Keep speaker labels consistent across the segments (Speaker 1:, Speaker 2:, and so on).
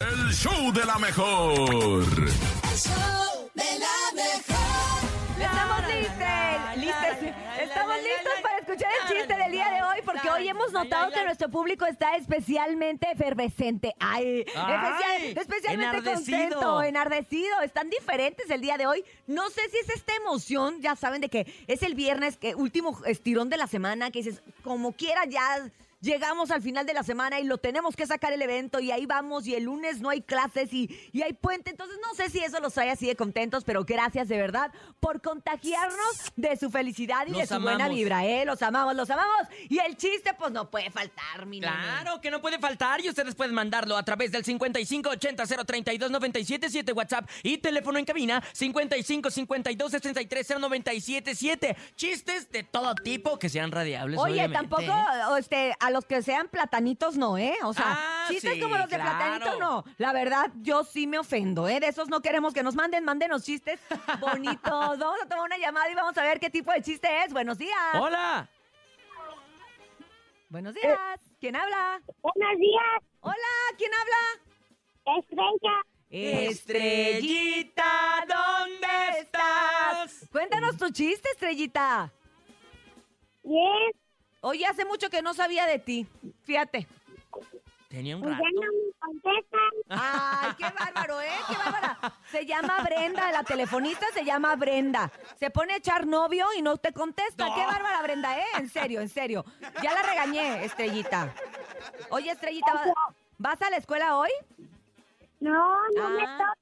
Speaker 1: El show de la mejor.
Speaker 2: El show de la mejor.
Speaker 3: Estamos listos, listos. Estamos listos para escuchar el chiste del día de hoy porque hoy hemos notado que nuestro público está especialmente efervescente. Ay,
Speaker 4: Ay,
Speaker 3: especial- especialmente
Speaker 4: enardecido.
Speaker 3: contento, enardecido. Están diferentes el día de hoy. No sé si es esta emoción, ya saben de que es el viernes, que último estirón de la semana, que dices, como quiera ya. Llegamos al final de la semana y lo tenemos que sacar el evento y ahí vamos y el lunes no hay clases y, y hay puente. Entonces no sé si eso los trae así de contentos, pero gracias de verdad por contagiarnos de su felicidad y
Speaker 4: Los
Speaker 3: de su buena
Speaker 4: amamos.
Speaker 3: vibra. ¿eh? Los amamos, los amamos. Y el chiste pues no puede faltar, mi nene.
Speaker 4: Claro que no puede faltar y ustedes pueden mandarlo a través del 5580-032-977 WhatsApp y teléfono en cabina 5552-630977. Chistes de todo tipo que sean radiables.
Speaker 3: Oye,
Speaker 4: obviamente.
Speaker 3: tampoco o este, a los que sean platanitos no, ¿eh? O sea,
Speaker 4: Ah,
Speaker 3: chistes
Speaker 4: sí,
Speaker 3: como los de
Speaker 4: claro.
Speaker 3: platanito no. La verdad, yo sí me ofendo, ¿eh? De esos no queremos que nos manden, mándenos chistes bonitos. vamos a tomar una llamada y vamos a ver qué tipo de chiste es. Buenos días.
Speaker 4: Hola.
Speaker 3: Buenos días. ¿Quién habla?
Speaker 5: Buenos días,
Speaker 3: Hola, ¿quién habla?
Speaker 5: estrella.
Speaker 4: Estrellita, ¿dónde estás?
Speaker 3: Cuéntanos tu chiste, estrellita.
Speaker 5: Bien,
Speaker 3: Oye, hace mucho que no sabía de ti. Fíjate.
Speaker 4: Tenía un
Speaker 5: pues
Speaker 4: rato.
Speaker 5: ya no me contestan.
Speaker 3: Ay, qué bárbaro, ¿eh? Qué bárbara. Se llama Brenda, la telefonista se llama Brenda. Se pone a echar novio y no te contesta. Qué bárbara, Brenda, ¿eh? En serio, en serio. Ya la regañé, Estrellita. Oye, Estrellita, ¿va- ¿vas a la escuela hoy?
Speaker 5: No, no me
Speaker 3: Ah.
Speaker 5: toca.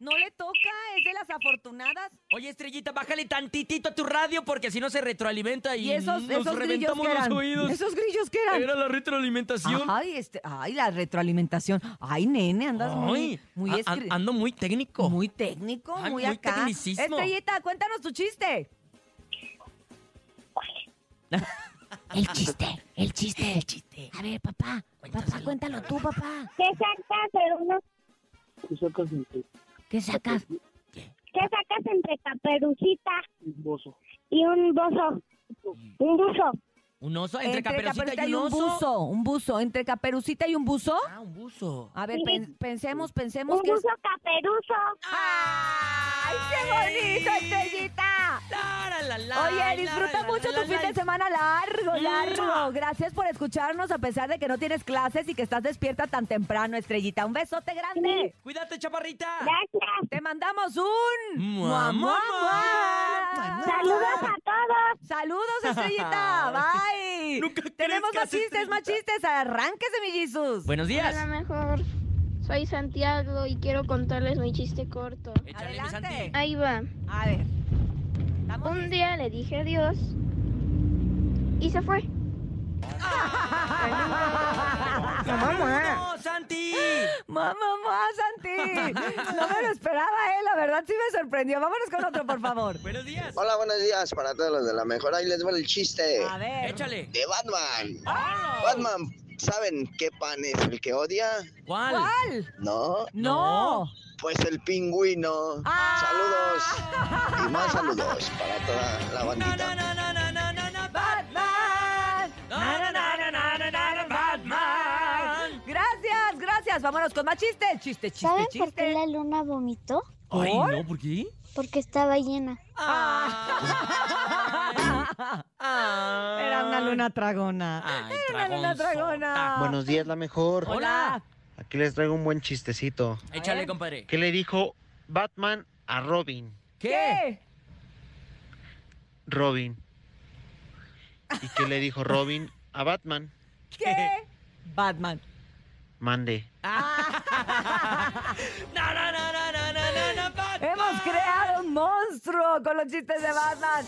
Speaker 3: No le toca, es de las afortunadas.
Speaker 4: Oye, Estrellita, bájale tantitito a tu radio porque si no se retroalimenta y,
Speaker 3: Y esos,
Speaker 4: nos
Speaker 3: esos grillos
Speaker 4: reventamos
Speaker 3: que eran.
Speaker 4: los oídos.
Speaker 3: Esos grillos que eran.
Speaker 4: Era la retroalimentación.
Speaker 3: Ay, este, ay, la retroalimentación. Ay, nene, andas muy,
Speaker 4: Ay,
Speaker 3: muy,
Speaker 4: a- a-
Speaker 3: escri-
Speaker 4: Ando muy técnico.
Speaker 3: Muy técnico,
Speaker 4: Ay,
Speaker 3: muy
Speaker 4: muy
Speaker 3: acá.
Speaker 4: tecnicismo.
Speaker 3: Estrellita, cuéntanos tu chiste.
Speaker 6: El chiste, el chiste, el chiste. A ver, papá, papá, cuéntalo tú, papá.
Speaker 5: ¿Qué sacas de unos,
Speaker 7: Tú sacas entre
Speaker 6: ¿Qué sacas?
Speaker 5: qué sacas entre caperucita
Speaker 7: un bozo.
Speaker 5: y un bozo? Un buzo.
Speaker 4: Un oso entre, caperucita, y un oso.
Speaker 3: buzo. Un buzo. ¿Entre caperucita y un buzo?
Speaker 4: Ah, un buzo.
Speaker 3: A ver,
Speaker 5: Sí.
Speaker 3: pen- pensemos, pensemos
Speaker 5: Un
Speaker 3: que es...
Speaker 5: buzo caperuzo.
Speaker 3: ¡Ay, qué bonito, Estrellita!
Speaker 4: La, la, la, la,
Speaker 3: Oye, disfruta
Speaker 4: la,
Speaker 3: mucho
Speaker 4: la,
Speaker 3: tu
Speaker 4: la,
Speaker 3: fin
Speaker 4: la.
Speaker 3: de semana largo, largo.
Speaker 4: ¡Mua!
Speaker 3: Gracias por escucharnos a pesar de que no tienes clases y que estás despierta tan temprano, Estrellita. Un besote grande.
Speaker 4: Cuídate, chaparrita.
Speaker 5: Gracias.
Speaker 3: Te mandamos un... ¡Mua,
Speaker 4: Mua, mua,
Speaker 3: mua!
Speaker 5: Saludos a todos.
Speaker 3: Saludos, Estrellita. Bye.
Speaker 4: Nunca
Speaker 3: Tenemos más
Speaker 4: crezcas,
Speaker 3: chistes, más
Speaker 4: Estrellita.
Speaker 3: chistes. Arránquese, mi Jesus.
Speaker 4: Buenos días.
Speaker 8: Hola, mejor. Soy Santiago y quiero contarles mi chiste corto.
Speaker 4: Échale, mi
Speaker 3: Adelante.
Speaker 4: Santi.
Speaker 8: Ahí va.
Speaker 3: A ver. Estamos
Speaker 8: Un día le dije adiós y se fue.
Speaker 9: Ah,
Speaker 4: ¡Vámonos, Santi!
Speaker 3: Mamá, mamá, Santi. No me lo esperaba, eh. La verdad sí me sorprendió. Vámonos con otro, por favor.
Speaker 4: Buenos días.
Speaker 9: Hola, buenos días para todos los de la mejor. Ahí les va el chiste
Speaker 3: A ver.
Speaker 4: Échale.
Speaker 9: de Batman. Batman, ¿saben qué pan es el que odia?
Speaker 4: ¿Cuál?
Speaker 3: ¿Cuál?
Speaker 9: No,
Speaker 3: No.
Speaker 9: pues el pingüino. Saludos y más saludos para toda
Speaker 4: Ah.
Speaker 9: la
Speaker 4: No,
Speaker 9: bandita.
Speaker 4: no, no, no, no, no, no, no,
Speaker 3: Batman.
Speaker 4: No, no, no, no, no, no, no, no, Batman.
Speaker 3: Gracias, gracias. Vámonos con más chistes. Chiste, chiste,
Speaker 10: ¿Saben por qué
Speaker 3: chiste.
Speaker 10: la luna vomitó?
Speaker 4: Ay,
Speaker 3: ¿Por?
Speaker 4: no, ¿por qué?
Speaker 10: Porque estaba llena.
Speaker 4: Ay.
Speaker 3: Era una luna tragona.
Speaker 4: Ah. Ay,
Speaker 3: Era una luna
Speaker 4: dragonzota.
Speaker 3: tragona.
Speaker 11: Buenos días, la mejor.
Speaker 4: Hola.
Speaker 11: Aquí les traigo un buen chistecito.
Speaker 4: Échale,
Speaker 3: ver.
Speaker 4: compadre.
Speaker 11: ¿Qué le dijo Batman a Robin?
Speaker 3: ¿Qué?
Speaker 11: Robin. ¿Y qué le dijo Robin a Batman?
Speaker 3: ¿Qué? Batman.
Speaker 11: Mande.
Speaker 4: No, no, no, no, no, no, no, no, Batman.
Speaker 3: Hemos creado un monstruo con los chistes de Batman.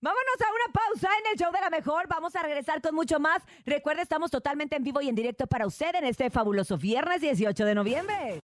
Speaker 3: Vámonos a una pausa en el show de la mejor. Vamos a regresar con mucho más. Recuerda, estamos totalmente en vivo y en directo para usted en este fabuloso viernes 18 de noviembre.